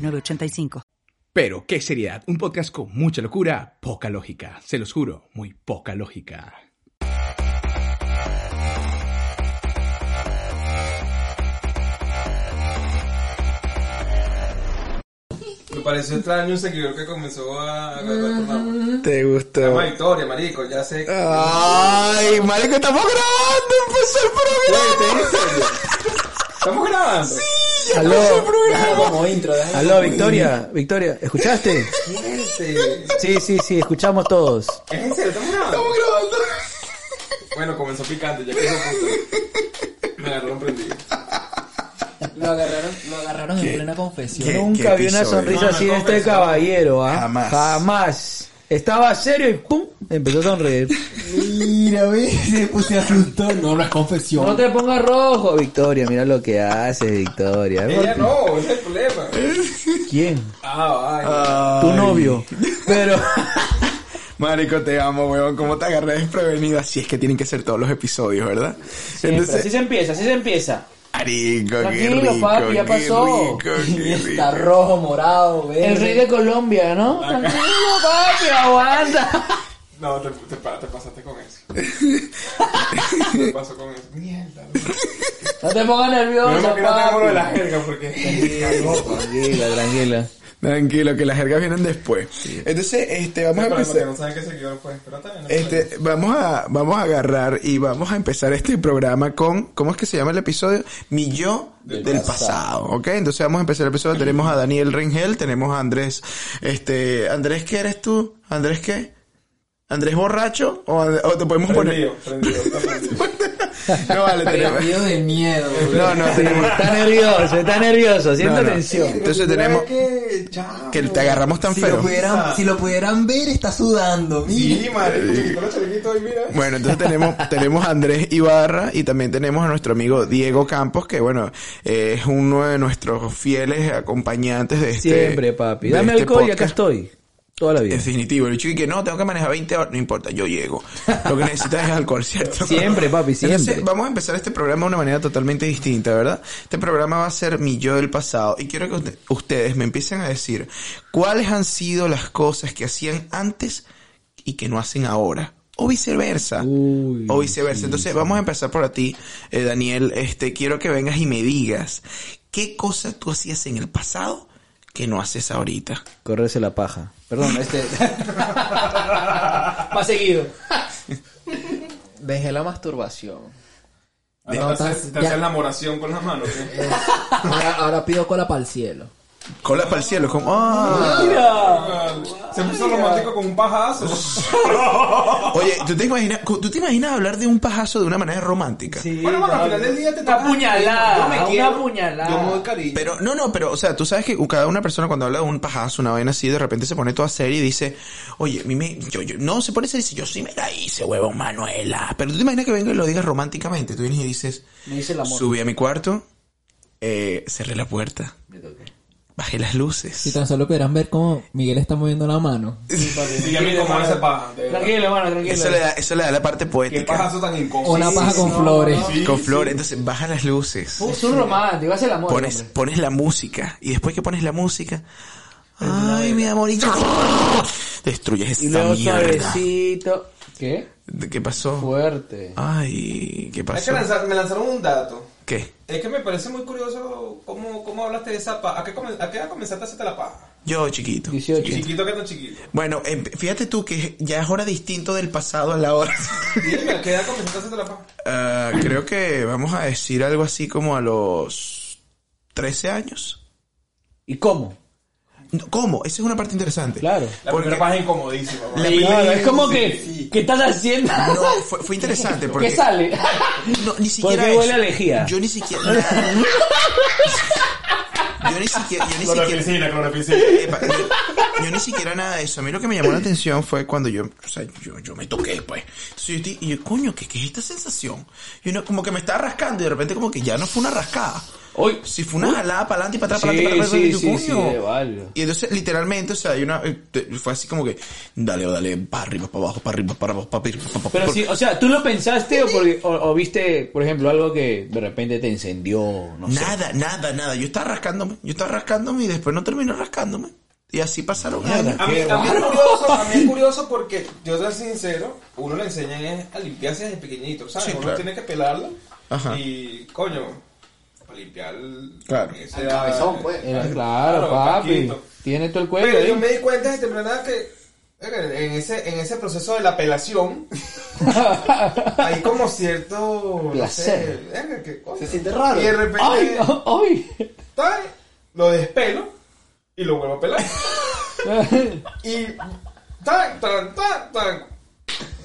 985. Pero qué seriedad, un podcast con mucha locura, poca lógica, se los juro, muy poca lógica. Me pareció extraño un seguidor que comenzó a... a- a- a- Te a- gustó. Llama Victoria, marico, ya sé. Ay, marico, estamos grabando, empezó el Güey, programa. ¿en serio? ¿Estamos grabando? Aló. como intro. déjame- Aló, Victoria, Victoria, ¿escuchaste? Gente, Sí, sí, sí, escuchamos todos. ¿Es en serio? ¿Estamos grabando? Bueno, comenzó picante, ya que puto. Me agarraron prendido. Lo agarraron, lo agarraron en plena confesión. ¿Qué- Nunca qué vi una episodio? sonrisa No, no, así de este confesión. caballero, ¿ah? Jamás. Jamás. Estaba serio y pum, empezó a sonreír. Mira, ve, se puse asusto. No, no es confesión. No te pongas rojo, Victoria. Mira lo que haces, Victoria. Ella no, ese es el problema. ¿Quién? Ah, Tu novio. Pero Marico, te amo, weón. ¿Cómo te agarré desprevenido? Así es que tienen que ser todos los episodios, ¿verdad? Siempre, así se empieza, así se empieza. marico, qué Tranquilo, rico, papi, ya qué pasó. rico, qué Está rico. rojo, morado, El verde. rey de Colombia, ¿no? Tranquilo, papi, aguanta. vale. No, te, te, pa- te pasaste con eso. ¿Qué pasó con eso? Mierda. No te pongas Menos nervioso, mal que no tengo lo de la papi. jerga porque... Tranquila, tranquila. Tranquilo, que las jergas vienen después. Entonces, este, vamos a Para los que empezar. no saben qué seguidor fue, pero también... no Este, vamos a, vamos a agarrar y vamos a empezar este programa con, ¿cómo es que se llama el episodio? Mi yo del, pasado. ¿ok? Entonces vamos a empezar el episodio, tenemos a Daniel Rengel, tenemos a Andrés, este, Andrés, ¿qué eres tú? ¿Andrés qué? ¿Andrés borracho? ¿O, And- o te podemos Prendido, poner? prendido, está prendido. No, vale, tenemos. Perdido de miedo. No, no, Sí, tenemos. Está nervioso, está nervioso, no, siente no. tensión. Entonces tenemos Que, chao. que te agarramos tan Si feo. lo, Ah, pudieran, si lo pudieran ver, está sudando. Mira. Sí, madre, se quitó los chalequitos y mira. Bueno, entonces tenemos, tenemos a Andrés Ibarra y también tenemos a nuestro amigo Diego Campos, que bueno, eh, es uno de nuestros fieles acompañantes de este Siempre, papi. de Dame este alcohol y acá podcast. estoy. Toda la vida. Definitivo. El chico que no, tengo que manejar 20 horas. No importa, yo llego. Lo que necesitas es alcohol, ¿cierto? Siempre, papi, siempre. Entonces, vamos a empezar este programa de una manera totalmente distinta, ¿verdad? Este programa va a ser mi yo del pasado. Y quiero que usted- ustedes me empiecen a decir cuáles han sido las cosas que hacían antes y que no hacen ahora. O viceversa. Uy, o viceversa. Entonces, vamos a empezar por a ti, eh, Daniel. Este, quiero que vengas y me digas qué cosa tú hacías en el pasado que no haces ahorita. Correrse la paja. Perdón, este. Más seguido. Dejé la masturbación. Ah, No, te haces estás- te haces ya. la oración con las manos. ¿sí? Ahora, ahora pido cola para el cielo. Cola para el cielo, como... ¡Ah! Ah, Se puso romántico con un pajazo. Oye, ¿tú te, imaginas, ¿tú te imaginas hablar de un pajazo de una manera romántica? bueno, bueno, al final del día te toca. puñalada, Yo me una quiero, puñalada. Yo me doy cariño. Pero, no, no, pero, o sea, tú sabes que cada una persona cuando habla de un pajazo, una vaina así, de repente se pone toda seria y dice, oye, a mí me, yo, yo, no, se pone seria y dice, yo sí me la hice, huevón, Manuela. Pero tú te imaginas que venga y lo digas románticamente. Tú vienes y dices, Me dice el amor. subí a mi cuarto, eh, cerré la puerta, bajé las Si luces. tan solo pudieran ver cómo Miguel está moviendo la mano. Sí, a mí como ese paja. de verdad. Tranquilo, hermano, tranquilo. Eso le da, eso le da la parte Qué poética. pajazo tan O incómodo. una Sí, paja sí, con sí. flores. Sí, Con sí. flor, entonces baja las luces. Es un romántico, hace el amor. pones, hombre. pones la música y después que pones la música, ay, mi amorito, ¡oh! destruyes Y esta luego mierda. suavecito. ¿Qué? ¿Qué pasó? Fuerte. Ay, ¿qué Es que pasó? lanzar- me lanzaron un dato. ¿Qué? Es que me parece muy curioso cómo, cómo hablaste de esa paja. ¿A qué, comen- a qué edad comenzaste a hacerte la paja? Yo, chiquito. 18. Chiquito que tan chiquito. Bueno, em, fíjate tú que ya es hora distinto del pasado a la hora. Dime, ¿a qué edad comenzaste a hacerte la paja? Ah, creo que vamos a decir algo así como a los 13 años. ¿Y cómo? No, ¿Cómo? Esa es una parte interesante. Claro. La Porque- primera paja es incomodísima. La ¿verdad? primera- Claro, es como que. ¿Qué estás haciendo? No, fue, fue interesante porque... ¿Qué sale? No, ni siquiera Porque huele eso. a lejía. Yo ni siquiera... yo ni siquiera, yo ni siquiera, Cloroficina, cloroficina. Epa, yo- yo ni siquiera nada de eso. A mí lo que me llamó la atención fue cuando yo, o sea, yo, yo me toqué, pues. Entonces yo estoy- y yo, coño, ¿qué, qué es esta sensación? Y uno, como que me estaba rascando y de repente como que ya no fue una rascada. Hoy. Si fue una jalada para adelante y para atrás, para Sí, adelante, para atrás, sí, para adelante, sí, yo, coño. sí, vale. Y entonces, literalmente, o sea, hay una, eh, te- fue así como que, dale, dale, para arriba, para abajo, para arriba, para abajo, para arriba, para abajo. Pero Por- sí, o sea, ¿tú lo pensaste o, porque- o- o viste, por ejemplo, algo que de repente te encendió? No sé. Nada, nada, nada. Yo estaba rascándome, yo estaba rascándome y después no terminé rascándome. Y así pasaron años. A mí, a mí es curioso, a mí es curioso porque, yo soy sincero, uno le enseñan es a limpiarse desde pequeñito, ¿sabes? Sí, uno claro. tiene que pelarla Ajá. y, coño, para limpiar el... Claro. ese- pues. Era- claro, Claro, papi. tranquilo. Tiene todo el cuello. Pero yo ¿eh? me di cuenta desde temprana edad que eh, en ese, en ese proceso de la pelación hay como cierto... Placer. No sé, eh, qué cosa. Se siente raro. Y de repente... ¡Ay! ¡Ay! tal, lo despelo y lo vuelvo a pelar. y tan, tan, tan, tan.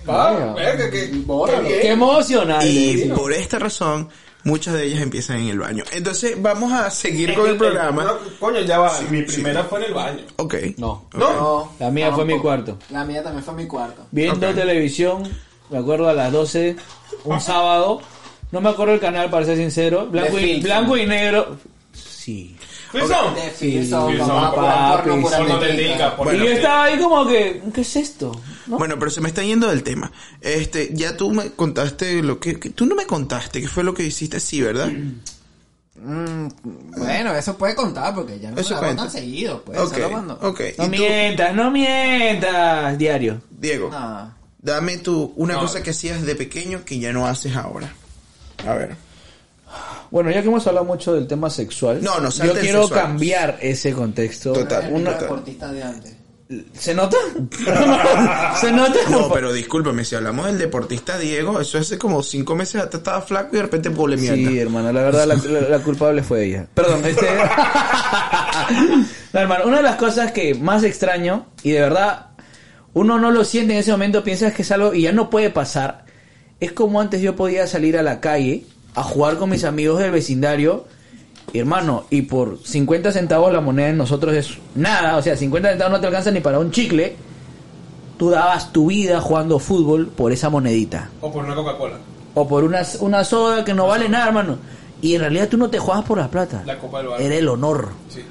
Vaya. Va, verga, que. Bórralo. que ¡Qué bien. emocionante! ¿Eh? Y por esta razón, muchas de ellas empiezan en el baño. Entonces, vamos a seguir con el este programa. No, coño, ya va. Mi primera fue en el baño. Ok. No. No. La mía fue mi cuarto. La mía también fue mi cuarto. Viendo televisión, me acuerdo a las 12, un sábado. No me acuerdo el canal, para ser sincero. Blanco, The y, Filth. blanco y negro. Sí. Wilson. De Filson, Filson, papá, papá, porno, pura Solo te mentira. diga, porque y yo estaba ahí como que, ¿qué es esto? ¿No? Bueno, pero se me está yendo del tema. Este, ya tú me contaste lo que, que- tú no me contaste qué fue lo que hiciste, sí, ¿verdad? Mm, bueno, eso puede contar porque ya no Eso se hago cuenta. tan seguido, pues. Ok. solo cuando- Ok. No Y tú, mientas, no mientas, diario. Diego, No. dame tú una No. cosa que hacías de pequeño que ya no haces ahora. A ver. Bueno, ya que hemos hablado mucho del tema sexual, No, no, yo salte el quiero sexual. cambiar ese contexto. Total. Uno total. deportista de antes. ¿Se nota? ¿Se nota? No, pero discúlpame, si hablamos del deportista Diego, eso hace como cinco meses hasta estaba flaco y de repente pule mierda. Sí, hermano, la verdad la, la- la culpable fue ella. Perdón, este... no, hermano, una de las cosas que más extraño, y de verdad uno no lo siente en ese momento, piensas que es algo y ya no puede pasar, es como antes yo podía salir a la calle a jugar con mis amigos del vecindario, y, hermano, y por 50 centavos la moneda en nosotros es nada, o sea, 50 centavos no te alcanza ni para un chicle. Tú dabas tu vida jugando fútbol por esa monedita O por una Coca-Cola. o por una, una soda que no vale nada, hermano. Y en realidad tú no te jugabas por la plata. La Copa del Barrio. Era el honor. Sí.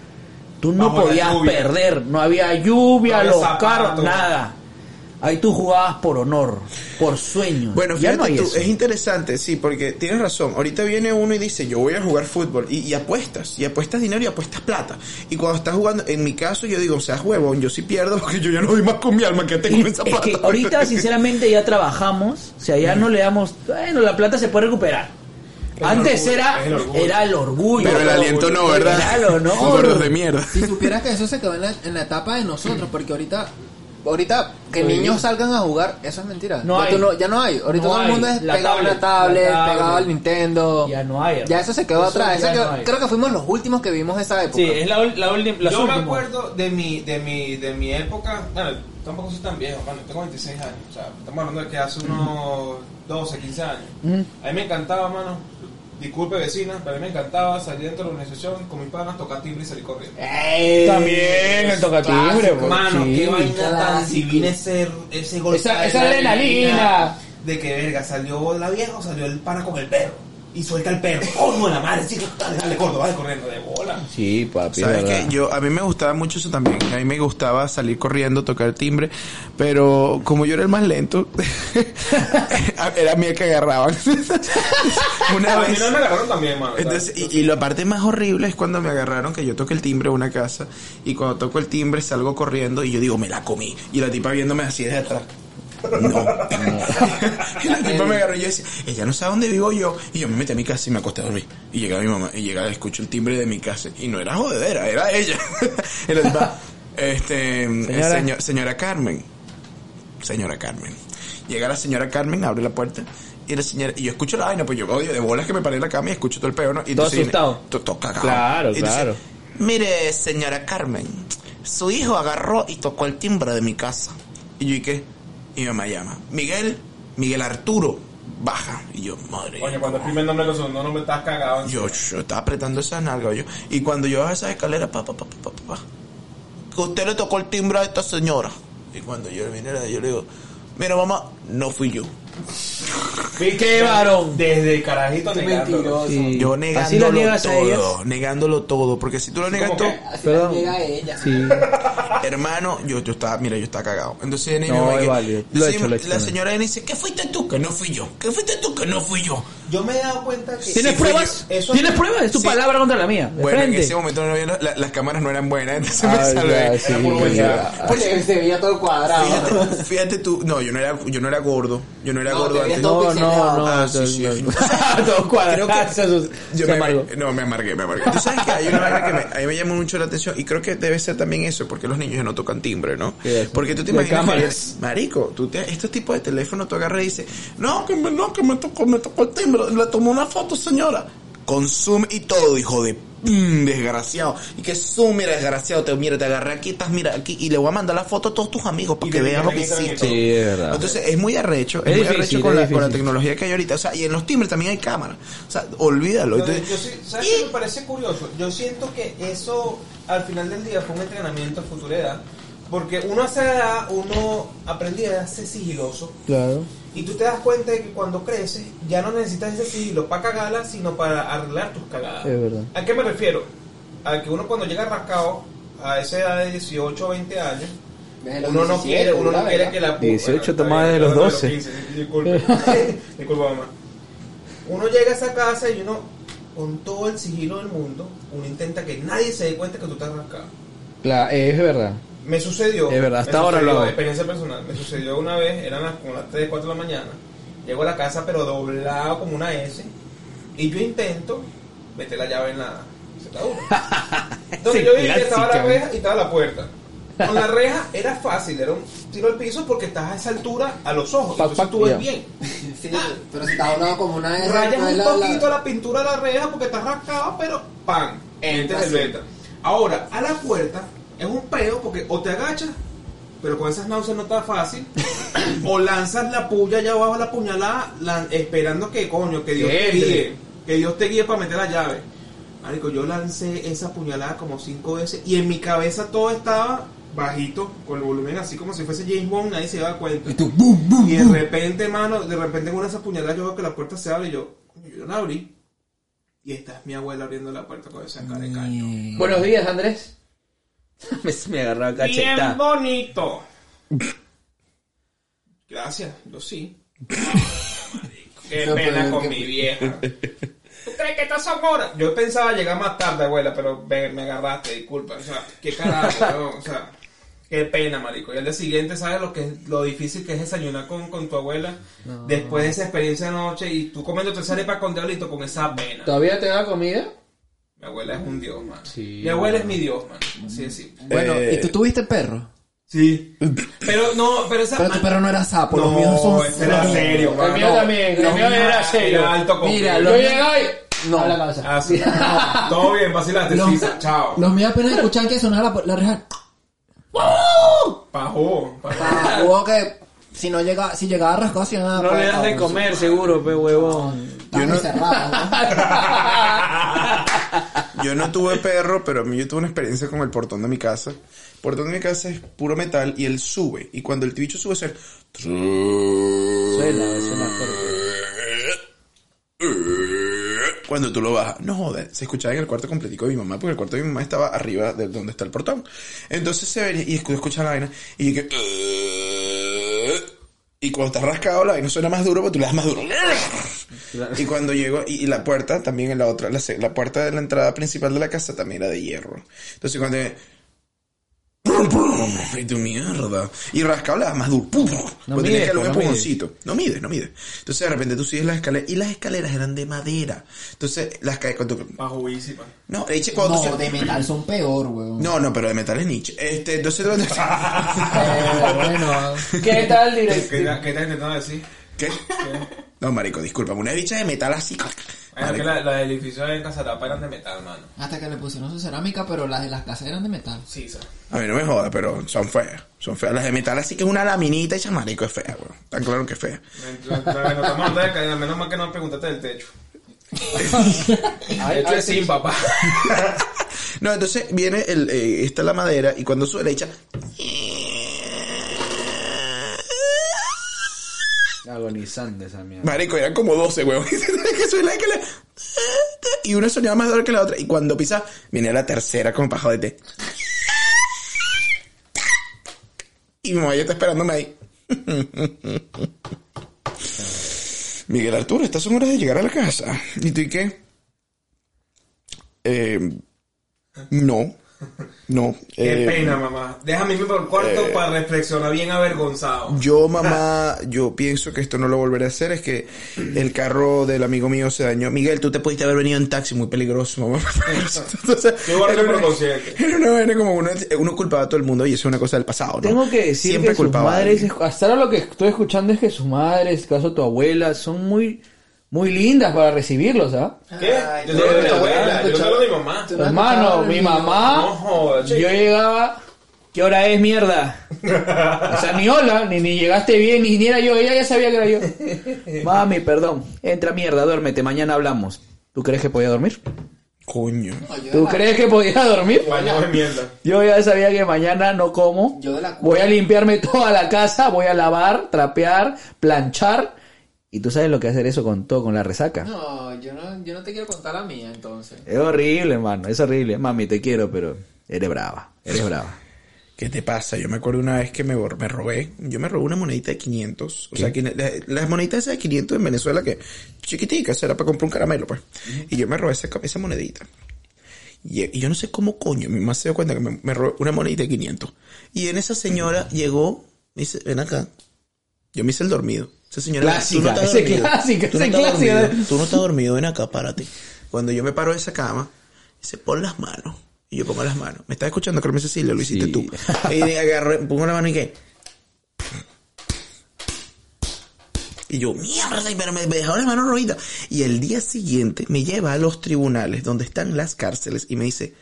Tú no Bajo la podías lluvia. perder. No había lluvia, No había los zapatos. carros, nada. Ahí tú jugabas por honor, por sueño. Bueno, ya fíjate no hay tú, eso. es interesante, sí, porque tienes razón. Ahorita viene uno y dice, yo voy a jugar fútbol y, y apuestas, y apuestas dinero y apuestas plata. Y cuando estás jugando, en mi caso, yo digo, seas huevón, yo sí pierdo porque yo ya no doy más con mi alma que tengo esa Es plata. que ahorita, sinceramente, ya trabajamos. O sea, ya no le damos. Bueno, la plata se puede recuperar. Antes orgullo, era, Mm. es el orgullo. era el orgullo. Pero el aliento no, ¿verdad? Era el honor. Gordos de mierda. Si supieras que eso se quedó en la, en la etapa de nosotros, porque ahorita, ahorita que niños salgan a jugar, eso es mentira. No ya, hay. tú no- ya no hay. Ahorita No todo el mundo hay. es La pegado a tablet, una tablet, la tablet. pegado al Nintendo. Ya no hay, hermano. Ya eso se quedó Eso atrás. Eso ya quedó- no hay. creo que fuimos los últimos que vivimos esa época. Sí, es la, ul- la, ulti- la Yo me última. acuerdo de mi, de mi, de mi época. Bueno, tampoco soy tan viejo, bueno, tengo 26 años. O sea, estamos hablando de que hace unos 12, 15 años. A mí me encantaba, mano. Disculpe, vecina, pero a mí me encantaba salir dentro de la organización con mis panas, tocar timbre y salir corriendo. ¡Ey! También el tocatibre, Clásico. pues. Mano, Sí. qué vaina tan Clásico. divina ese, ese golpe. Esa- de esa adrenalina. De que verga, salió la vieja o salió el pana con el perro. Y suelta el perro. ¡Coño, la madre! Sí, dale, dale, gordo, dale corriendo de bola. Sí, papi. Sabes verdad. que yo a mí me gustaba mucho eso también. A mí me gustaba salir corriendo, tocar timbre, pero como yo era el más lento, era a mí el que agarraban. Una A mí vez. no me agarraron también, mano. Entonces, y, y la parte más horrible es cuando me agarraron que yo toqué el timbre de una casa y cuando toco el timbre salgo corriendo y yo digo, me la comí. Y la tipa viéndome así desde atrás. No. y la tipa me agarró y yo decía, ella no sabe dónde vivo yo. Y yo me metí a mi casa y me acosté a dormir. Y llegaba mi mamá y llegaba, escucho el timbre de mi casa. Y no era jodedera, era ella. y la tipa, este, eh, Señora. señor- señora Carmen. Señora Carmen. Llega la señora Carmen, abre la puerta. Y la señora, y yo escucho la vaina, pues yo odio de bolas que me paré en la cama y escucho todo el peor, ¿no? Y Todo entonces viene- asustado. to- todo cagado. Claro, Y entonces, claro. Mire, señora Carmen, su hijo agarró y tocó el timbre de mi casa. Y yo, ¿y qué? Y mi mamá llama. Miguel, Miguel Arturo. baja. Y yo, madre. Coño, cuando el primer nombre lo sonó, no me estás cagado. en- Yo, yo estaba apretando esas nalgas, yo. Y cuando yo bajé esas escaleras, pa, pa, pa, pa, pa, pa, pa, que usted le tocó el timbre a esta señora. Y cuando yo le vine, yo le digo, mira mamá, no fui yo. ¿Viste? ¡Qué varón! Desde carajito negándolo. Mentiroso. Sí. Yo Así lo negándolo niegas a ellas. todo, negándolo todo, porque si tú lo negas ¿Cómo todo, que? Al final Perdón. llega ella. Sí. hermano, yo, yo estaba, mira, yo estaba cagado. Entonces viene y No, me va es y que- válido. Lo entonces he hecho, lo he hecho la también. señora viene y dice, ¿qué fuiste tú? Que no fui yo. ¿Qué fuiste tú? Que no fui yo. Yo me he dado cuenta que. ¿Tienes Sí, pruebas? fue- eso- ¿Tienes pruebas? Es tu Sí. palabra contra la mía. De Bueno, en frente. ese momento no había- la- las cámaras no eran buenas, entonces me Ay, ya, salvé. sí, puro pues, ya. ya. Porque se veía todo cuadrado. Fíjate, fíjate tú, no, yo no era, yo no era gordo, yo no era No, gordo te veías antes. todo No, no, no. Ah, todo- sí, sí. todo cuadrado. Creo se- Yo se me, amargó. no, me amargué, me amargué. Tú sabes que hay una vaina que me, a mí me llama mucho la atención y creo que debe ser también eso, porque los niños ya no tocan timbre, ¿no? Sí, eso. Porque tú te De imaginas, cámaras. que, marico, tú te, este tipo de teléfono tú agarras y dices, no, que me, no, que me tocó, me tocó el timbre, le tomó una foto, señora. Con zoom y todo, hijo de mm, desgraciado. Y que zoom, mira, desgraciado, te mira, te agarré aquí, estás, mira, aquí, y le voy a mandar la foto a todos tus amigos para Y que te vean lo que etiquetan en hiciste. todo. Sí, es verdad. Entonces es muy arrecho, es, Es muy difícil, arrecho con, es la, con la difícil. tecnología que hay ahorita. O sea, y en los timbres también hay cámara. O sea, olvídalo. Yo, Entonces, yo sí- ¿Sabes y- qué me parece curioso? Yo siento que eso al final del día fue un entrenamiento a futura edad. Porque uno a esa edad, uno aprendía a ser sigiloso. Claro. Y tú te das cuenta de que cuando creces ya no necesitas ese sigilo para cagarla, sino para arreglar tus cagadas. Es verdad. ¿A qué me refiero? A que uno cuando llega rascado a esa edad de 18 o 20 años, Desde los uno no 17, quiere, uno no ¿verdad? quiere que la 18 está bien, toma desde los perdón, 12. 15, disculpe. Disculpa, mamá. Uno llega a esa casa y uno, con todo el sigilo del mundo, uno intenta que nadie se dé cuenta que tú estás rascado. La, es verdad. Me sucedió. Es verdad, me hasta ahora sucedió, lo hago. Experiencia personal. Me sucedió una vez, eran las, como las 3, 4 de la mañana. Llego a la casa, pero doblado como una S. Y yo intento meter la llave en la cerradura. Donde Sí, yo vi que estaba la clásica. ¿eh? reja y estaba la puerta. Con la reja era fácil, era un tiro al piso porque estás a esa altura a los ojos. Pac, entonces pac, tú ves ya. bien. Sí, pero si está doblado como una de Rayas no es un la- la- poquito la pintura de la reja porque está rascado, pero ¡pam! Entra el Así. beta. Ahora, a la puerta es un peo porque o te agachas, pero con esas náuseas no está fácil, o lanzas la puya allá abajo, la puñalada, la- esperando que coño, que Dios te Entre. guíe, que Dios te guíe para meter la llave. Marico, yo lancé esa puñalada como cinco veces y en mi cabeza todo estaba bajito, con el volumen así como si fuese James Bond, nadie se daba cuenta. tú, boom, boom, Y de boom. repente, mano, de repente en una de esas puñaladas yo veo que la puerta se abre y yo, coño, yo la abrí. Y esta es mi abuela abriendo la puerta con esa cara de caño. Buenos días, Andrés. me, me agarraba Bien cacheta. bonito. Gracias, yo sí. Qué No, pena pero con que- mi vieja. ¿Tú crees que estás ahora? Yo pensaba llegar más tarde, abuela, pero me, me agarraste, disculpa. O sea, qué carajo, ¿no? O sea, qué pena, marico. Y al día siguiente, ¿sabes lo que es- lo difícil que es desayunar con, con tu abuela? Después de esa experiencia anoche y tú comiendo te sale para con diablito con esa pena. ¿Todavía te da comida? Mi abuela es un dios, man. Sí. Mi abuela es mi dios, man. Así es, sí. Bueno, ¿y tú tuviste perro? Sí. Pero no, pero esa. Pero tu perro no era sapo, los míos No, son ese era serio, El mío también, el mío era serio. Era alto con Mira, Yo Lo- llegaba y... No. A la casa. Así. Todo bien, vacilaste, Los, Sisa. Chao. los míos apenas escuchan que sonaba la, la reja. Pajó. pajó. Ah, hubo que si no llegaba, si llegaba rascado, hacían nada. No le das de comer, seguro, pe huevón. Yo no... cerrado, ¿no? Yo no tuve perro, pero a mí yo tuve una experiencia con el portón de mi casa. El portón de mi casa es puro metal y él sube. Y cuando el bicho sube, suena. Suena, suena fuerte. Cuando tú lo bajas, no joder, se escuchaba en el cuarto completico de mi mamá, porque el cuarto de mi mamá estaba arriba de donde está el portón. Entonces se venía y escu- escucha la vaina, y yo que... Y cuando estás rascado, la vaina suena más duro, porque tú le das más duro. Y cuando llego, y, y la puerta también en la otra, la, se- la puerta de la entrada principal de la casa también era de hierro. Entonces cuando... Prum, prum, y tu mierda. Y rascado le das más duro. Pum, pum. No Pues tenía mides, que darle un pues, no empujoncito poquito. No mide, no mide. Entonces de repente tú sigues las escaleras y las escaleras eran de madera. Entonces las caes cuando tú- Pajuísima. No, eche cuando tú No, de sigues- metal son peor, weón. No, no, pero de metal es Nietzsche. Este, entonces tú- Eh, bueno, ¿Qué tal, ¿Qué director? estás intentando decir? ¿Qué? No, marico, disculpa, una bicha de metal así Es que la, la del edificio de Casarapa eran de metal, mano. Hasta que le pusieron su cerámica, pero las de las casas eran de metal. Sí, ¿sabes? A mí no me joda, pero son feas. Son feas. Las de metal así que es una laminita y marico es fea, weón. Está claro que es fea. Nos estamos hablando de cadena, menos mal que no preguntaste del techo. el techo es sin, papá. No, entonces viene el, eh, esta es la madera y cuando sube le echa. Agonizante esa mierda. Marico, eran como 12, weón. Y se tenía que subir la que le- Y una sonaba más dura que la otra. Y cuando pisa, viene la tercera con paja de té. Y mi mamá ya está esperándome ahí. Miguel Arturo, estas son horas de llegar a la casa. ¿Y tú y qué? Eh, no. No. Qué eh, pena, mamá. Déjame irme por el cuarto para reflexionar bien avergonzado. Yo, mamá, yo pienso que esto no lo volveré a hacer. Es que el carro del amigo mío se dañó. Miguel, tú te pudiste haber venido en taxi, muy peligroso, mamá. Entonces, Yo guardé era por una- consciente. Era una vaina como uno, uno culpaba a todo el mundo y eso es una cosa del pasado, ¿no? Tengo que decir que sus a madres, alguien. hasta ahora lo que estoy escuchando es que sus madres, este caso tu abuela, son muy, muy lindas para recibirlos, ¿ah? ¿Qué? Ay, Yo no, solo hablo de mi no, abuela, no, yo solo no, hablo de mi mamá. no, Hermano, no, mi no, mamá, no, joder, yo che. llegaba, ¿qué hora es, mierda? O sea, ni hola, ni, ni llegaste bien, ni, ni era yo, ella ya sabía que era yo. Mami, perdón, entra mierda, duérmete, mañana hablamos. ¿Tú crees que podía dormir? Coño. ¿Tú crees que podía dormir? Bañado de mierda. Yo ya sabía que mañana no como. Yo de la cu- voy a limpiarme toda la casa, voy a lavar, trapear, planchar. Y tú sabes lo que hacer eso con todo, con la resaca. No, yo no, yo no te quiero contar la mía entonces. Es horrible, hermano, es horrible. Mami, te quiero, pero eres brava, eres brava. ¿Qué te pasa? Yo me acuerdo una vez que me, bor- me robé, yo me robé una monedita de 500. O sea, que la- las moneditas esas de 500 en Venezuela que chiquiticas, era para comprar un caramelo, pues. Y yo me robé esa, esa monedita. Y, y yo no sé cómo coño, mi mamá se dio cuenta que me, me robé una monedita de 500. Y en esa señora llegó, me dice, ven acá. Yo me hice el dormido. Esa señora, Clásica, "Tú no estás ese dormido. clásica, Tú no ese estás clásica. dormido. Tú no estás dormido, ven acá, párate. Cuando yo me paro de esa cama, dice, pon las manos. Y yo pongo las manos. Me estás escuchando, Carmen Cecilia, lo hiciste Sí. tú. Y agarré, pongo la mano y qué. Y yo, mierda, y pero me me dejaron las manos roídas. Y el día siguiente me lleva a los tribunales donde están las cárceles y me dice,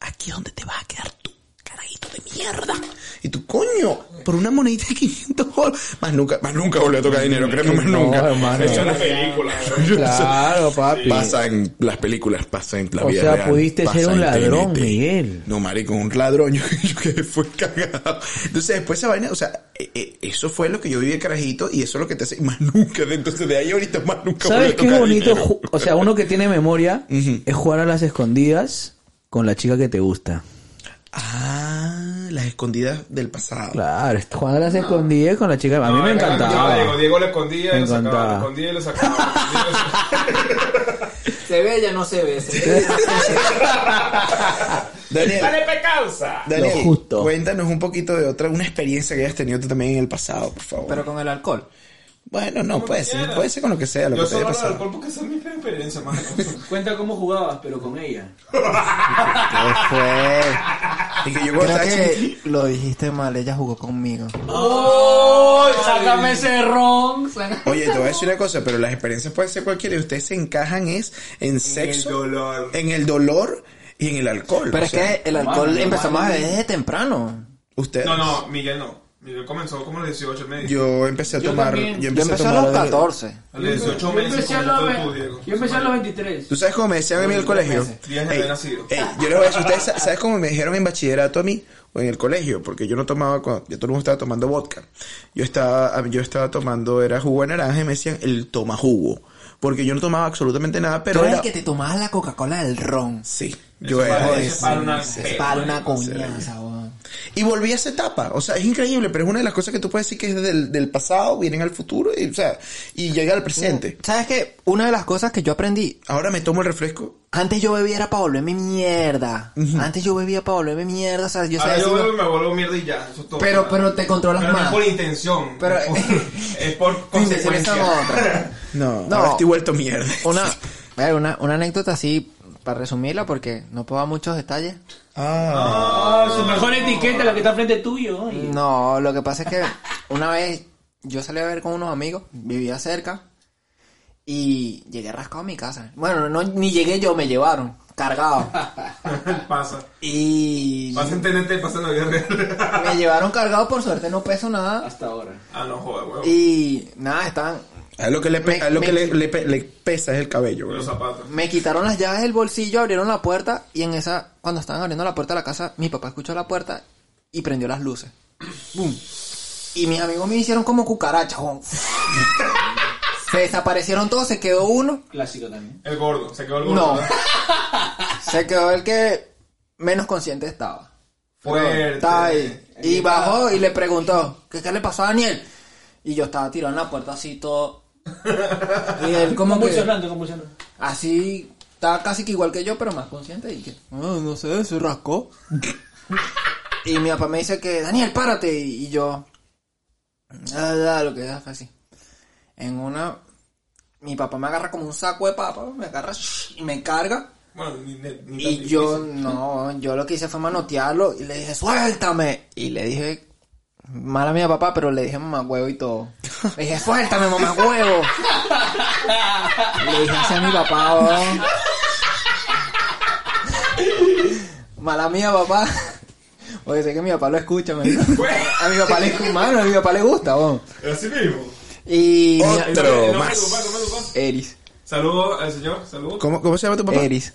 aquí es donde te vas a quedar tú, carajito de mierda. Y tú, coño, por una monedita de 500 dólares. Más nunca, más nunca volvió a tocar dinero, créeme, más No, nunca. hermano. Eso no- película. Claro, papi. Pasa en las películas, pasa en la O vida sea, real, pudiste pasa ser un en TNT. ladrón, Miguel. No, marico, un ladrón. Yo, yo que fue cagado. Entonces, después esa vaina, o sea, eh, eh, eso fue lo que yo viví de carajito y eso es lo que te hace. y Más nunca, de entonces de ahí ahorita más nunca. volví ¿Sabes a qué tocar bonito? dinero. ju- O sea, uno que tiene memoria es jugar a las escondidas con la chica que te gusta. Ah, las escondidas del pasado. Claro, jugar a las escondidas con la chica. A mí me encantaba. Diego, Diego lo escondía Me y lo sacaba. encantaba. Lo escondía y lo sacaba. lo escondía y lo sacaba. Se ve, ya no se ve. Se ve. Daniel, ¡Dale, pecausa! Daniel, Lo justo. cuéntanos un poquito de otra, una experiencia que hayas tenido tú también en el pasado, por favor. Pero con el alcohol. bueno, no, puede ser, quieras. puede ser con lo que sea, lo Yo que te haya solo hablo de pasado. alcohol porque esa es mi experiencia, mano. Cuenta cómo jugabas, pero con ella. ¿Qué fue? Y que yo Creo cuando estaba que lo dijiste mal, ella jugó conmigo. ¡Sácame ese ron! saca- Oye, te voy a decir una cosa, pero las experiencias pueden ser cualquiera y ustedes se encajan es en sexo, el dolor. en el dolor y en el alcohol. Pero O es sea, que el alcohol empezamos a beber desde temprano. ustedes, No, no, Miguel no. Miguel comenzó como a los 18 meses. yo empecé a tomar, yo también. empecé, Yo empecé a a tomar los 14. A los 18 meses comenzaste tú, Diego. empecé a los 23. ¿Tú sabes cómo me decían a mí en el colegio? Días de Ey, haber nacido. ey, yo les voy a decir, ¿ustedes sa- sabes cómo me dijeron en bachillerato a mí? O en el colegio, porque yo no tomaba, cuando, yo todo el mundo estaba tomando vodka. Yo estaba, yo estaba tomando, era jugo de naranja y me decían el toma jugo. Porque yo no tomaba absolutamente nada, pero Pero Tú eras era... el que te tomabas la Coca-Cola del ron. Sí, yo Pues, Eso era parece ese. para una Es pena, para una marico. coñaza, weón. Y volví a esa etapa. O sea, es increíble, pero es una de las cosas que tú puedes decir que es del, del pasado, vienen al futuro y, o sea, y llega al presente. ¿Sabes qué? Una de las cosas que yo aprendí Ahora me tomo el refresco. Antes yo bebía era para volverme mierda. Antes yo bebía para volverme mierda. O sea, yo Ahora sabía yo si- vuelvo y me vuelvo mierda y ya. Eso es todo. Pero, pero te controlas Pero no es más. por intención. Pero- es por- es por Tu intención es consecuencia. otra. No, No. ahora estoy vuelto mierda. Una, a ver, una, una anécdota así, para resumirla, porque no puedo dar muchos detalles. Ah, Su mejor etiqueta, la que está frente tuyo. No, lo que pasa es que una vez yo salí a ver con unos amigos, vivía cerca, Y llegué rascado a mi casa. Bueno, no, ni llegué yo, me llevaron. Cargado. Pasa. Y Pasa en TNT, pasa en la vida real. me llevaron cargado, por suerte no peso nada. Hasta ahora. ah, no joder, huevo. Y nada, estaban. A lo que le, pe- Me- a lo me- que le, le pe- le pesa es el cabello, Los bro. zapatos. Me quitaron las llaves del bolsillo, abrieron la puerta. Y en esa, cuando estaban abriendo la puerta de la casa, mi papá escuchó la puerta y prendió las luces. Boom. Y mis amigos me hicieron como cucarachas. jodón. se desaparecieron todos, se quedó uno. Clásico también. El gordo, se quedó el gordo. No. ¿verdad? Se quedó el que menos consciente estaba. Pero Fuerte. Estaba ahí. Y bajó y le preguntó, ¿qué, qué le pasó a Daniel? Y yo estaba tirando la puerta así todo. Y él como que Convulsionando, convulsionando. así estaba casi que igual que yo, pero más consciente y que, "Ah, no sé, se rascó. y mi papá me dice que, Daniel, párate. Y, y yo, "Ah, da", lo que da fue así. En una, mi papá me agarra como un saco de papa, me agarra y me carga. Bueno, ni, ni- ni tan Y yo difícil. no, yo lo que hice fue manotearlo y le dije, suéltame. Y le dije, mala mía papá, pero le dije mamá huevo y todo. Le dije, suéltame mamá huevo. Le dije así a mi papá, oh". weón. Mala mía papá. Oye, sé que mi papá lo escucha, me- A mi papá le, mano, a mi papá le gusta, weón. Así mismo. Y... Otro No, más. no, no, no, no. Eris. Saludos al señor, saludos. ¿Cómo, ¿Cómo se llama tu papá? Eris.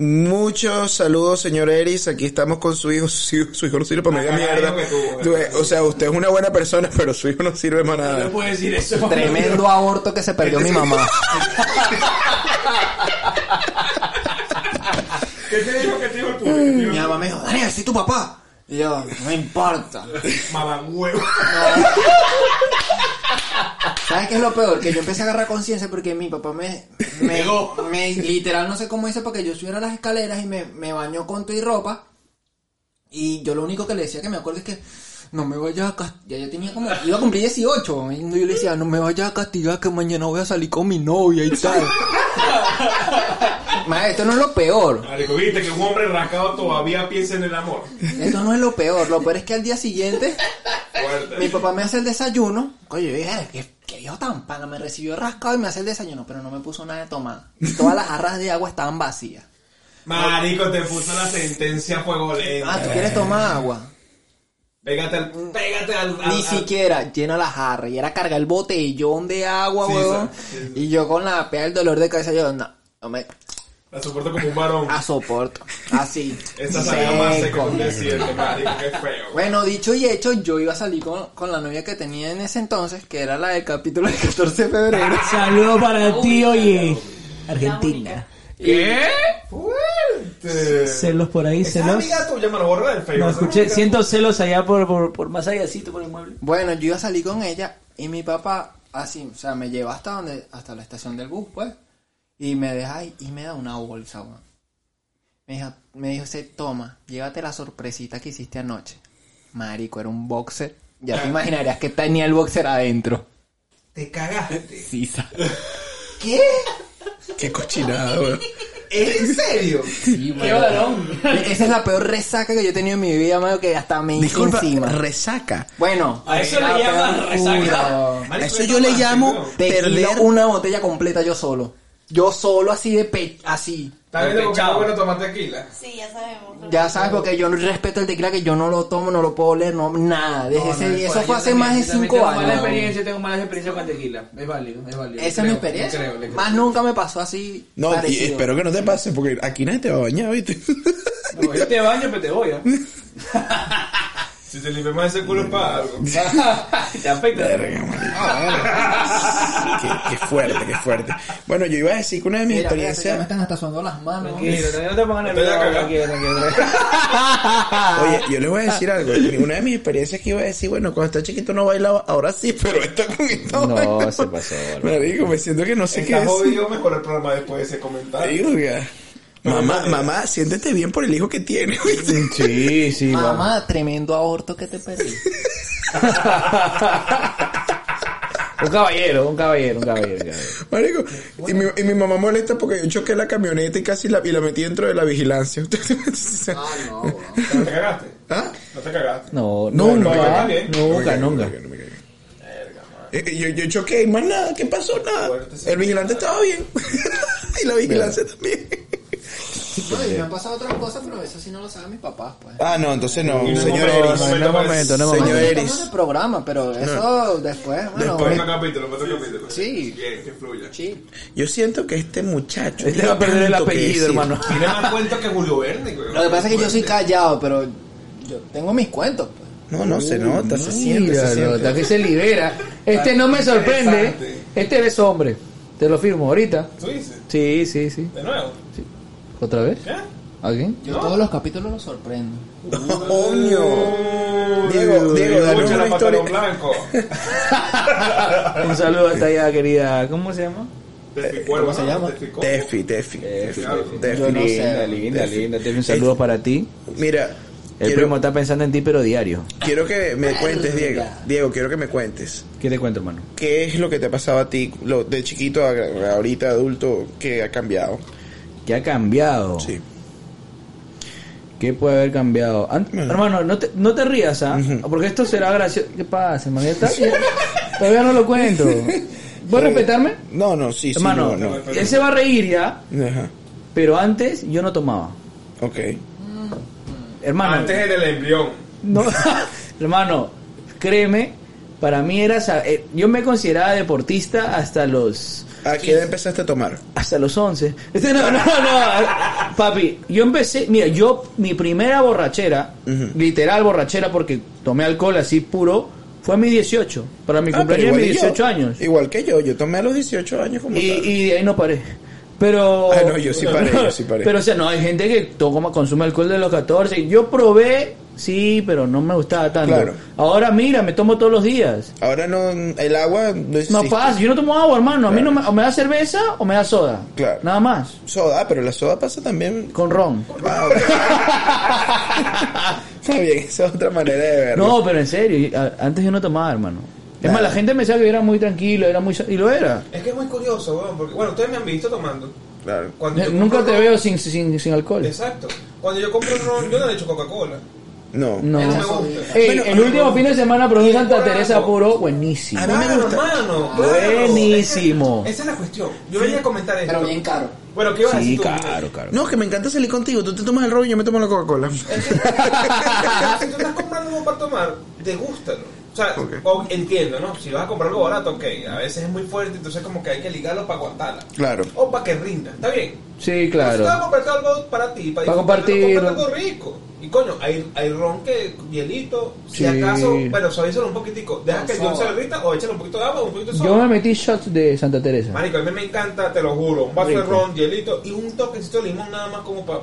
Muchos saludos, señor Eris. Aquí estamos con su hijo. Su hijo, su hijo no sirve para media Ah, mierda. hijo que tú, Tú ves, O sea, usted es una buena persona, pero su hijo no sirve para nada. puedes decir eso. Tremendo aborto que se perdió mi mamá. ¿Qué te dijo que te dijo el Mm, público? Mi mamá me dijo, Daniel, soy tu papá. Y yo, no me importa. Mamagüevo. ¿Sabes qué es lo peor? Que yo empecé a agarrar conciencia porque mi papá me... Me, me- literal, no sé cómo hice, porque yo subiera las escaleras y me, me bañó con tu y ropa. Y yo lo único que le decía que me acuerdo es que... No me vayas a castigar. Ya yo tenía como... Iba a cumplir 18. Y yo le decía, no me vayas a castigar que mañana voy a salir con mi novia y tal. Madre, esto no es lo peor. Marico, viste que un hombre rascado todavía piensa en el amor. Esto no es lo peor. Lo peor es que al día siguiente... Fuerte. Mi papá me hace el desayuno. Coño, yo dije, ¿qué, qué viejo tan pana. Me recibió rascado y me hace el desayuno, pero no me puso nada de tomar. Todas las jarras de agua estaban vacías. Marico, te puso la sentencia a fuego Ah, lento. ¿tú quieres tomar agua? Pégate al. Pégate al. al- Ni al- siquiera llena la jarra. Y era cargar el botellón de agua, Sí, huevón. sí, sí. Y yo con la pea del dolor de cabeza, yo, no, no me... La soporto como un varón. A soporto. Así. Esta salida más seca que seco. un desierto, marico, qué feo. Bueno, dicho y hecho, yo iba a salir con, con la novia que tenía en ese entonces, que era la del capítulo del 14 de febrero. Saludo para ti, oye. Argentina. ¿Qué? Fuerte. Celos por ahí, Esa celos. amiga tuya me lo borra del Facebook. No, esa escuché, amiga- siento celos allá por, por, por más allácito, por el mueble. Bueno, yo iba a salir con ella y mi papá así, o sea, me lleva hasta donde, hasta la estación del bus, pues, y me deja ahí y me da una bolsa, weón. Me dijo, me dijo, "Se toma, llévate la sorpresita que hiciste anoche. Marico, era un boxer. Ya te imaginarías que tenía el boxer adentro. Te cagaste. Sisa. ¿Qué? Qué cochinada, weón. ¿En serio? ¡Qué varón! Esa es la peor resaca que yo he tenido en mi vida, mano, que hasta me hice Disculpa, encima. resaca. bueno, A eso le la llaman peor resaca. cura. Marico, eso ¿qué yo le tomaste, llamo- weón? Tequila, Perder- una botella completa yo solo. Yo solo así de pe... así. ¿Está viendo por qué Chao. no bueno tomar tequila? Sí, ya sabemos. Ya sabes, porque yo no respeto el tequila, que yo no lo tomo, no lo puedo leer, no, nada. Desde ese día. Eso fue hace más de cinco Tengo mala años. experiencia, tengo mala experiencia con tequila. Es válido, es válido. Esa es mi experiencia. más nunca me pasó así. No, y parecido. espero que no te pase, porque aquí nadie te va a bañar, ¿viste? No, yo te baño, pero te voy. ¿eh? Si te limpiamos ese culo es para algo. te afecta. Verga, marico. qué, qué fuerte, qué fuerte. Bueno, yo iba a decir que una de mis Ah, Mira, fíjate, ya me experiencias. están hasta sudando las manos. Tranquilo, tranquilo, no te pongas Te voy a nervioso. cagar. Tranquilo, tranquilo, tranquilo. Oye, yo les voy a decir algo. Una de mis experiencias que iba a decir, bueno, cuando estaba chiquito no bailaba, ahora sí, pero está con esta vaina. se pasó, Marico, me siento que no sé qué Está es. jodido mejor el programa después de ese comentario. Verga. Mamá, mamá, siéntete bien por el hijo que tiene, ¿viste? Mm. Sí, sí, Mamá, tremendo aborto que te perdí. Un caballero, un caballero, un caballero. un caballero. Marico, y mi, y mi mamá molesta porque yo choqué la camioneta y casi la, y la metí dentro de la vigilancia. ¿No te cagaste? ¿Ah? ¿No te cagaste? No, No, no, no, no, nunca, nunca, No me nunca. caigo, no me caigo. Verga, man. Eh, Yo, yo choqué y más nada, ¿qué pasó? Nada. Fuerte, sí. El vigilante estaba bien. y la vigilancia también. No, y me han pasado otras cosas, pero eso sí no lo saben mis papás, pues. Ah, no, entonces no, Y no señor momento, Eris. no No Señor es momento, no es momento. Estamos en Eris. el programa, pero eso después, bueno, Después. Otro capítulo, otro capítulo. Sí. Bien, que fluya. chill. Yo siento que este muchacho. Este va a perder el tanto que apellido, decir. hermano. Tiene más cuento que Julio Verne, güey. Lo que pasa es que yo soy callado, pero yo tengo mis cuentos, pues. No, no, se nota, se siente. se Mm, Míralo, siente. hasta que se libera. Este no me sorprende. Interesante. Este es hombre. Te lo firmo ahorita. ¿Tú dices? Sí, sí, sí. ¿De nuevo? ¿Otra vez? ¿Qué? ¿Alguien? Yo ¿No? todos los capítulos los sorprendo. ¡Coño! Diego, Diego, danos Escucha una la historia. patrón blanco. Un saludo hasta allá, querida. ¿Cómo se llama? ¿Cómo se llama? Tefi, Tefi. Tefi, Tefi. Yo no linda, sé. linda, linda. Te un saludo para ti. Mira, El quiero, primo está pensando en ti, pero diario. quiero que me cuentes, Diego. Diego, quiero que me cuentes. ¿Qué te cuento, hermano? ¿Qué es lo que te ha pasado a ti lo- de chiquito a a ahorita adulto que ha cambiado? Que ha cambiado. Sí. ¿Qué puede haber cambiado? An- Ujú. Hermano, no te, no te rías, ¿ah? Porque esto será gracioso. ¿Qué pasa, hermano? Ya está- ya- Todavía no lo cuento. ¿Vos respetarme? No, no, sí, sí. hermano, no, no. él se va a reír ya, Ajá. pero antes yo no tomaba. Ok. Hermano, Antes era el embrión. no, hermano, créeme, para mí era... sa- eh, Yo me consideraba deportista hasta los... ¿A qué edad empezaste a tomar? Hasta los 11. Este, No, no, no. Papi, yo empecé, mira, yo, mi primera borrachera, literal borrachera, porque tomé alcohol así puro, fue a mis 18. Para mi Ah, pero cumpleaños de mis igual que yo. 18 años. Igual que yo, yo tomé a los 18 años como Y, tal. y de ahí no paré. Pero. Ah, no, yo sí paré, yo sí paré. Pero, o sea, no, hay gente que toma, consume alcohol de los 14. Yo probé, sí, pero no me gustaba tanto. Claro. Ahora, mira, me tomo todos los días. Ahora no, el agua no No existe. pasa, yo no tomo agua, hermano. A mí Claro. no me, o me da cerveza o me da soda. Claro. Nada más. Soda, pero la soda pasa también. Con ron. Ah, ok. Está bien, esa es otra manera de verlo. No, pero en serio, y- a- antes yo no tomaba, hermano. Es más, la gente me decía que era muy tranquilo, era muy... so- Y lo era. Es que es muy curioso, weón, porque, bueno, ustedes me han visto tomando. Claro. Cuando Eh, yo Nunca compro te ron- veo sin, sin, sin alcohol. Exacto. Cuando yo compro ron, yo no le echo Coca-Cola. No. No No. me Ey, gusta. Bueno, el último fin de semana probé un Santa Teresa puro, buenísimo. A mí me Claro, gusta. Ah, hermano, claro. Buenísimo. Esa es la cuestión. Yo venía a comentar esto. Pero bien caro. Bueno, ¿qué ibas a decir tú? caro. No, que me encanta salir contigo. Tú te tomas el robo y yo me tomo la Coca-Cola. si tú estás comprando algo para tomar, degústalo. O sea, Ok. o- entiendo, ¿no? Si vas a comprar algo barato, ok. A veces es muy fuerte, entonces como que hay que ligarlo para aguantarla. Claro. O para que rinda, está bien. Sí, Pero Si te vas a claro. comprar algo para ti, para, disfrutarlo, Para compartirlo. cómprate algo rico. Y coño, hay, hay ron que hielito, si Sí. acaso, pero suavízalo un poquitico. Deja Con que el ron se soda. derrita o échale un poquito de agua o un poquito de soda. Yo me metí shots de Santa Teresa. Marico, a mí me encanta, te lo juro, un vaso de Rico. ron, hielito y un toquecito de limón nada más como para...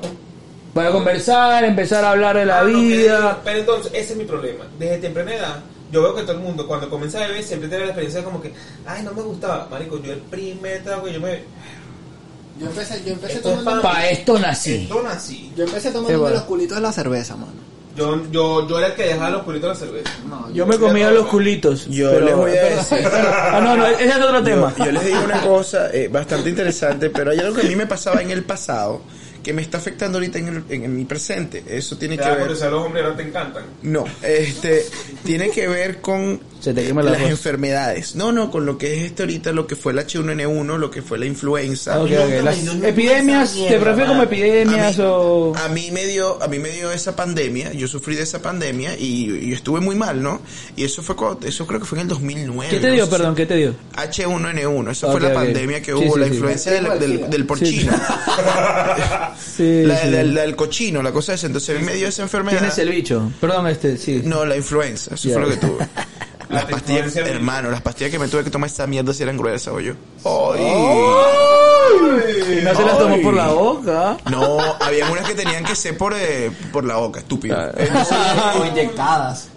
Para conversar, empezar a hablar de la Ah, no, vida. ok. Pero entonces, ese es mi problema. Desde temprana edad, yo veo que todo el mundo, cuando comienza a beber, siempre tiene la experiencia como que, ay, no me gustaba. Marico, yo el primer trago, yo me... Yo empecé, yo empecé Esto es tomando, pa- Pa' esto nací. Entonces así. yo empecé Es tomando bueno. los culitos de la cerveza, mano. Yo, yo, yo era el que dejaba los culitos de la cerveza. No, Yo me comía los culitos. Yo pero- les voy a decir. Ah, no, no, ese es otro tema. Yo, yo les digo una cosa eh, bastante interesante, pero hay algo que a mí me pasaba en el pasado que me está afectando ahorita en, el, en, en mi presente. Eso tiene Te que da ver. curiosidad, los hombres ahora te encantan. No, este tiene que ver con Se te quema la las voz. enfermedades. No, no, con lo que es este ahorita, lo que fue el H1N1, lo que fue la influenza. Ah, ok, ok. Las epidemias, ¿te prefieres como epidemias A mí- o...? A mí me dio, a mí me dio esa pandemia, yo sufrí de esa pandemia y, y estuve muy mal, ¿no? Y eso fue cuando- eso creo que fue en el 2009. ¿Qué te no dio, sé si- perdón? ¿Qué te dio? H1N1, esa Ok, fue la ok. pandemia que Sí, hubo, sí, la sí. influencia del, del, del porcino, Sí, la, sí. la- la del cochino, la cosa esa. Entonces a mí me dio esa enfermedad. Tienes el bicho. Perdón, este, sí. No, la influenza, eso Ya. fue lo que tuve. Las La pastillas, influencia misma. hermano, las pastillas que me tuve que tomar esta mierda si eran gruesas, oye. ¡Ay! Y no se las tomó por la boca. No, había unas que tenían que ser por, eh, por la boca, estúpido. Ah. Entonces, O inyectadas.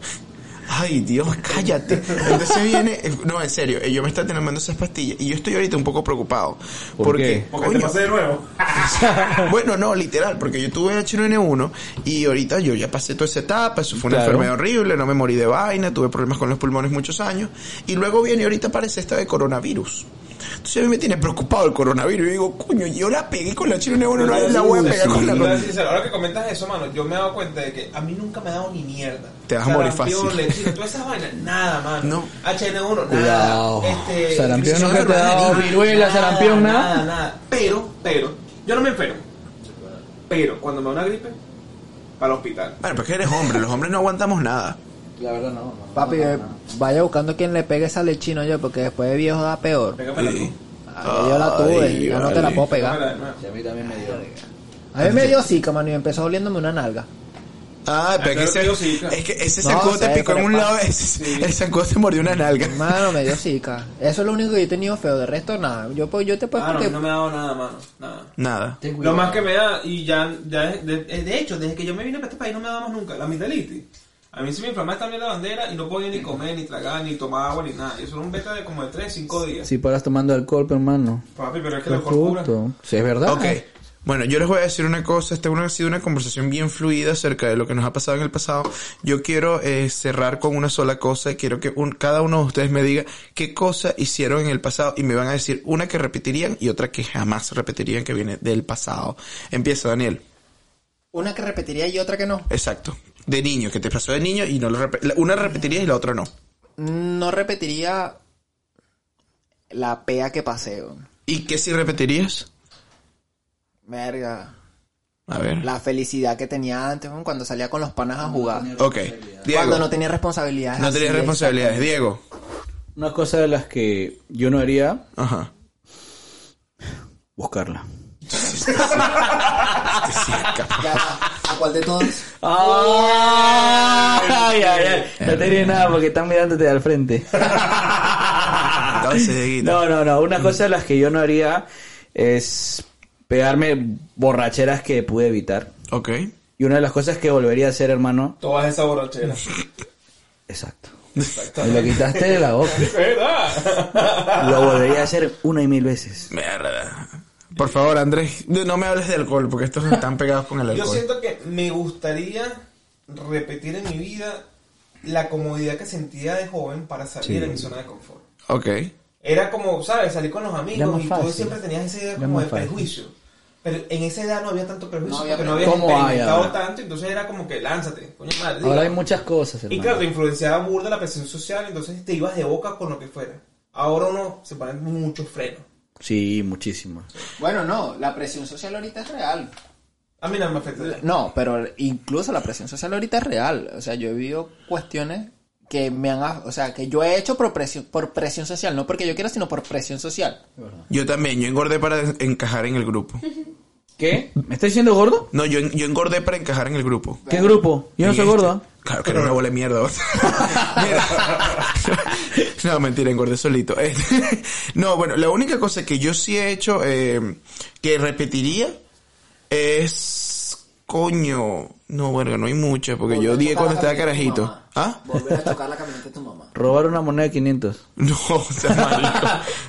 Ay, Dios, cállate. Entonces viene, no, en serio, eh, yo me estaba tomando esas pastillas y yo estoy ahorita un poco preocupado. ¿Por porque, qué? Porque coño, te pasé de nuevo. Bueno, no, literal, porque yo tuve H1N1 y ahorita yo ya pasé toda esa etapa, eso fue una Claro. enfermedad horrible, no me morí de vaina, tuve problemas con los pulmones muchos años y luego viene ahorita parece esta de coronavirus. Entonces a mí me tiene preocupado el coronavirus. Yo digo, coño, yo la pegué con la china no la voy a pegar con la Te voy a decir sincero, Ahora que comentas eso, mano, yo me he dado cuenta de que a mí nunca me ha dado ni mierda. Te vas a morir Sarampión, fácil. lechina, todas esas vainas, nada, mano. No. HN1, Cuidado. nada. Este, Sarampión no infección que te ha dado urinaria, viruela, nada, sarampión, nada. Nada, nada. Pero, pero, yo no me enfermo. Pero, cuando me da una gripe, para el hospital. Bueno, pero es que eres hombre, los hombres no aguantamos nada. La verdad no. no, Papi, no, no, eh, no. vaya buscando quien le pegue esa lechina yo, porque después de viejo da peor. Pégamela tú. Ah, yo la tuve, Ay, yo no te la vale. puedo pegar. Pégamela de nuevo. Sí, a mí también me dio. A mí me dio zika, mano, y empezó oliéndome una nalga. Ah, pero claro que que yo ese, sí, claro. es que ese No, zancudo te sé, picó en pero un pa- lado, ese, el zancudo te mordió una nalga. Mano, me dio zika. Eso es lo único que yo he tenido feo, de resto nada. Yo, pues, yo te puedo Ah, no, porque... no me ha dado nada, mano. Nada. Nada. Ten Lo cuidado. más que me da, y ya, ya es- de, eh, de hecho, desde que yo me vine para este país no me da más nunca, la amigdalitis. A mí se me inflamaba también la bandera y no podía ni comer, ni tragar, ni tomar agua, ni nada. Eso era un beta de como de 3, 5 días. Si paras tomando alcohol, pero, hermano. Papi, pero es que Qué la cura. justo. Sí, es verdad. Ok. Bueno, yo les voy a decir una cosa. Esta una- ha sido una conversación bien fluida acerca de lo que nos ha pasado en el pasado. Yo quiero eh, cerrar con una sola cosa. y Quiero que un- cada uno de ustedes me diga qué cosa hicieron en el pasado y me van a decir una que repetirían y otra que jamás repetirían que viene del pasado. Empieza, Daniel. Una que repetiría y otra que no. Exacto. De niño, que te pasó de niño y no lo rep- la- una repetirías y la otra no. No repetiría la pea que paseo. ¿Y qué sí repetirías? Verga. A ver. La felicidad que tenía antes, weón, cuando salía con los panas a jugar. Ok. Diego. Cuando no tenía responsabilidades. No así tenías es. responsabilidades. Diego. Una cosa de las que yo no haría, Ajá. buscarla. Ah. Ya, ¿A cuál de todos? Ay, ay, ay. No te diré nada porque están mirándote al frente. Entonces, Dieguito. No, no, no. Una cosa de las que yo no haría es pegarme borracheras que pude evitar. Ok. Y una de las cosas que volvería a hacer, hermano. Todas esas borracheras. Exacto. Me lo quitaste de la boca. ¿Verdad? Lo volvería a hacer una y mil veces. Mierda. Por favor, Andrés, de- no me hables de alcohol, porque estos están pegados con el Yo alcohol. siento que me gustaría repetir en mi vida la comodidad que sentía de joven para salir de mi zona de confort. Ok. Era como, ¿sabes? Salir con los Era amigos más y tú fácil. siempre tenías esa idea Era como más de fácil. prejuicio. Pero en esa edad no había tanto prejuicio No había porque no habías prejuicio. ¿Cómo hay experimentado ahora? tanto, entonces era como que lánzate, coño madre. Ahora hay diga. muchas cosas, y claro, te hermano. influenciaba burda la presión social, entonces te ibas de boca con lo que fuera. Ahora uno se pone muchos frenos. Sí, muchísimas. Bueno, no, la presión social ahorita es real. A mí nada me afecta. No, pero incluso la presión social ahorita es real. O sea, yo he vivido cuestiones que me han... af- O sea, que yo he hecho por presión, por presión social. No porque yo quiera, sino por presión social. Yo también, yo engordé para en- encajar en el grupo. ¿Qué? ¿Me estás diciendo gordo? No, yo, en- yo engordé para encajar en el grupo. ¿Qué grupo? Yo no En soy este. gordo. ¿eh? Claro que no me huele mierda. Mira. no, mentira, engordé solito. Este, no, bueno, la única cosa que yo sí he hecho eh, que repetiría es... Coño. No, verga, no hay muchas, porque yo odié cuando estaba carajito. ¿Ah? Volver a tocar la camioneta de tu mamá. Robar una moneda de 500. No, o sea, marico.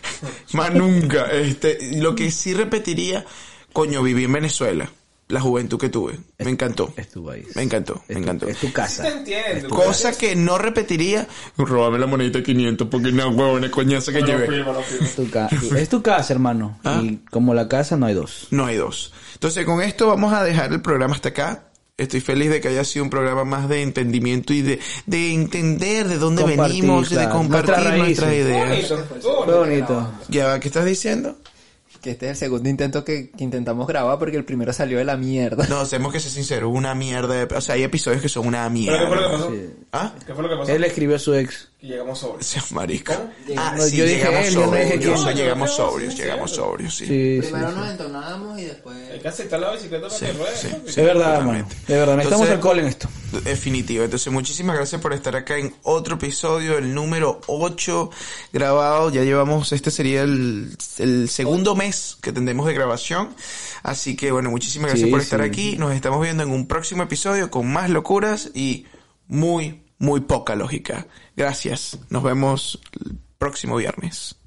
Más nunca. Este, lo que sí repetiría, coño, viví en Venezuela. La juventud que tuve. Me encantó. Es tu país. Me encantó, me Es tu- encantó. Es tu Sí te casa. entiendo. Cosa que no repetiría, robarme la monedita de 500 porque no, huevones, coñazo que Bueno, llevé. primo, no, primo. Es tu, ca- es tu casa, hermano. Ah. Y como la casa no hay dos. No hay dos. Entonces, con esto vamos a dejar el programa hasta acá. Estoy feliz de que haya sido un programa más de entendimiento y de, de entender de dónde Compartir, venimos, de claro. compartir Nuestras raíces. nuestras Estuvo ideas. bonito, estuvo Fue bonito. bonito. Ya, va, ¿qué estás diciendo? Que este es el segundo intento que, que intentamos grabar porque el primero salió de la mierda. No, tenemos que ser sinceros, una mierda. de- O sea, hay episodios que son una ¿Pero qué fue lo que pasó? mierda. ¿Ah? ¿Qué fue lo que pasó? Él escribió a su ex. Que llegamos sobre. Sea marico. Ah, No, sí, yo dije llegamos él, yo no sobrios. dije quién. sí, llegamos No, sobrios, sí, llegamos sí. sobrios, sí. Sí, sí. Primero nos entonábamos y Hay después... que aceptar la bicicleta para que ruede. sí, papi. Es verdad, hermano. Totalmente. Es verdad. Necesitamos Entonces- alcohol en esto. Definitivo. Entonces, muchísimas gracias por estar acá en otro episodio, el número 8 grabado. Ya llevamos, este sería el, el segundo mes que tendremos de grabación. Así que, bueno, muchísimas gracias Sí, por estar sí. aquí. Nos estamos viendo en un próximo episodio con más locuras y muy, muy poca lógica. Gracias. Nos vemos el próximo viernes.